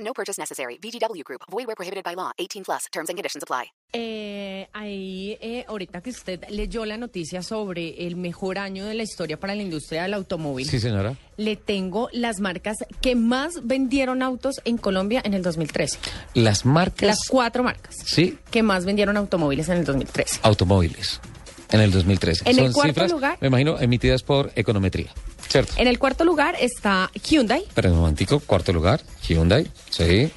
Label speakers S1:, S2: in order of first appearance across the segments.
S1: No purchase necessary. VGW Group. Void where prohibited by law. 18 plus. Terms and conditions apply.
S2: Eh, ahí, eh, ahorita que usted leyó la noticia sobre el mejor año de la historia para la industria del automóvil,
S3: Sí, señora.
S2: le tengo las marcas que más vendieron autos en Colombia en el 2013.
S3: Las marcas.
S2: Las cuatro marcas
S3: Sí,
S2: que más vendieron automóviles en el 2013.
S3: automóviles. En el 2013.
S2: En el
S3: Son
S2: cuarto
S3: cifras,
S2: lugar- Eh.
S3: Me imagino, emitidas por econometría. ¿Cierto?
S2: En el cuarto lugar está Hyundai,
S3: Pero un momentico, cuarto lugar, Hyundai. Sí.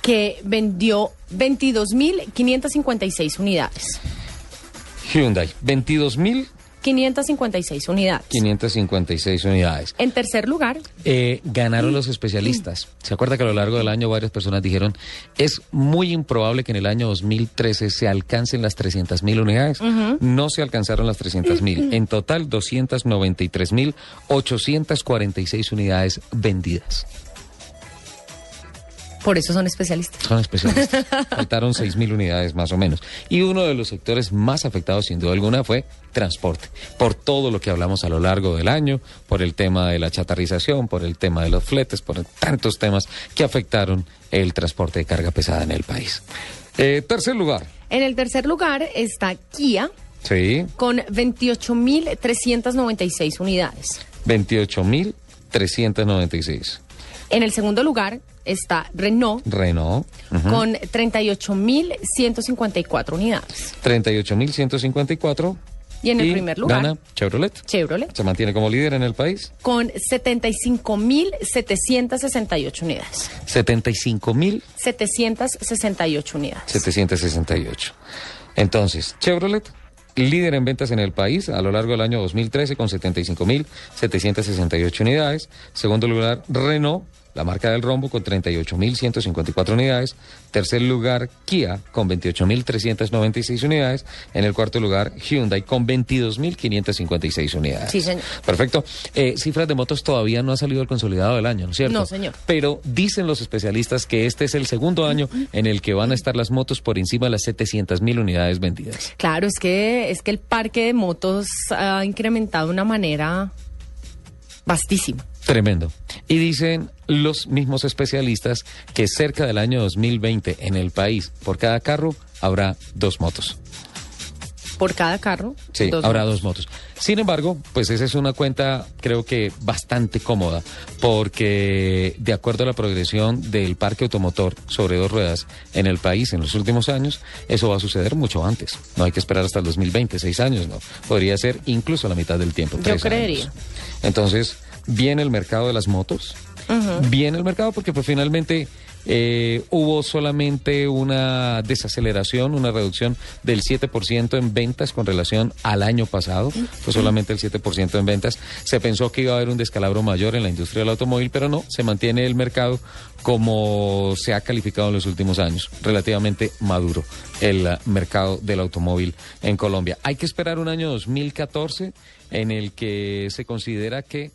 S2: que vendió 22.556 unidades.
S3: Hyundai, 22.556
S2: 556 unidades.
S3: unidades.
S2: En tercer lugar,
S3: Eh, ganaron los especialistas. ¿Se acuerda que a lo largo del año varias personas dijeron, es muy improbable que en el año 2013 se alcancen las 300.000 unidades? No se alcanzaron las 300.000. En total, 293.846 unidades vendidas.
S2: por eso son especialistas.
S3: Son especialistas. Faltaron 6.000 unidades más o menos. Y uno de los sectores más afectados, sin duda alguna, fue transporte. Por todo lo que hablamos a lo largo del año, por el tema de la chatarrización, por el tema de los fletes, por tantos temas que afectaron el transporte de carga pesada en el país. Eh, tercer lugar.
S2: En el tercer lugar está Kia
S3: Sí,
S2: con 28.396 unidades.
S3: 28.396.
S2: En el segundo lugar está Renault
S3: Renault. ujú.
S2: con 38.154 unidades.
S3: 38.154.
S2: Y en el primer lugar-
S3: Gana Chevrolet.
S2: Chevrolet
S3: Se mantiene como líder en el país.
S2: con 75.768 unidades.
S3: 75.768.
S2: 768 unidades.
S3: Entonces, Chevrolet, líder en ventas en el país a lo largo del año 2013 con 75.768 unidades. Segundo lugar, Renault, la marca del rombo, con 38.154 unidades. Tercer lugar, Kia, con 28.396 unidades. En el cuarto lugar, Hyundai, con 22.556 unidades.
S2: Sí, señor.
S3: Perfecto. Eh, cifras de motos todavía no ha salido el consolidado del año, ¿no es cierto?
S2: No, señor.
S3: Pero dicen los especialistas que este es el segundo año en el que van a estar las motos por encima de las 700 mil unidades vendidas.
S2: Claro, es que, es que el parque de motos ha incrementado de una manera vastísima.
S3: Tremendo. Y dicen los mismos especialistas que cerca del año 2020 en el país, por cada carro, habrá dos motos.
S2: Por cada carro,
S3: Sí,
S2: dos
S3: habrá
S2: motos.
S3: dos motos. Sin embargo, pues esa es una cuenta creo que bastante cómoda, porque de acuerdo a la progresión del parque automotor sobre dos ruedas en el país en los últimos años, eso va a suceder mucho antes. No hay que esperar hasta el 2020, seis años, ¿no? Podría ser incluso la mitad del tiempo.
S2: Yo
S3: tres
S2: creería.
S3: años. Entonces, viene el mercado de las motos, viene el mercado porque pues finalmente eh, hubo solamente una desaceleración, una reducción del 7% en ventas con relación al año pasado, fue solamente el 7% en ventas. Se pensó que iba a haber un descalabro mayor en la industria del automóvil, pero no, se mantiene el mercado como se ha calificado en los últimos años, relativamente maduro el eh, mercado del automóvil en Colombia. Hay que esperar un año 2014 en el que se considera que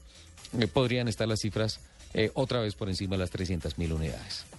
S3: eh, podrían estar las cifras eh, otra vez por encima de las 300.000 unidades.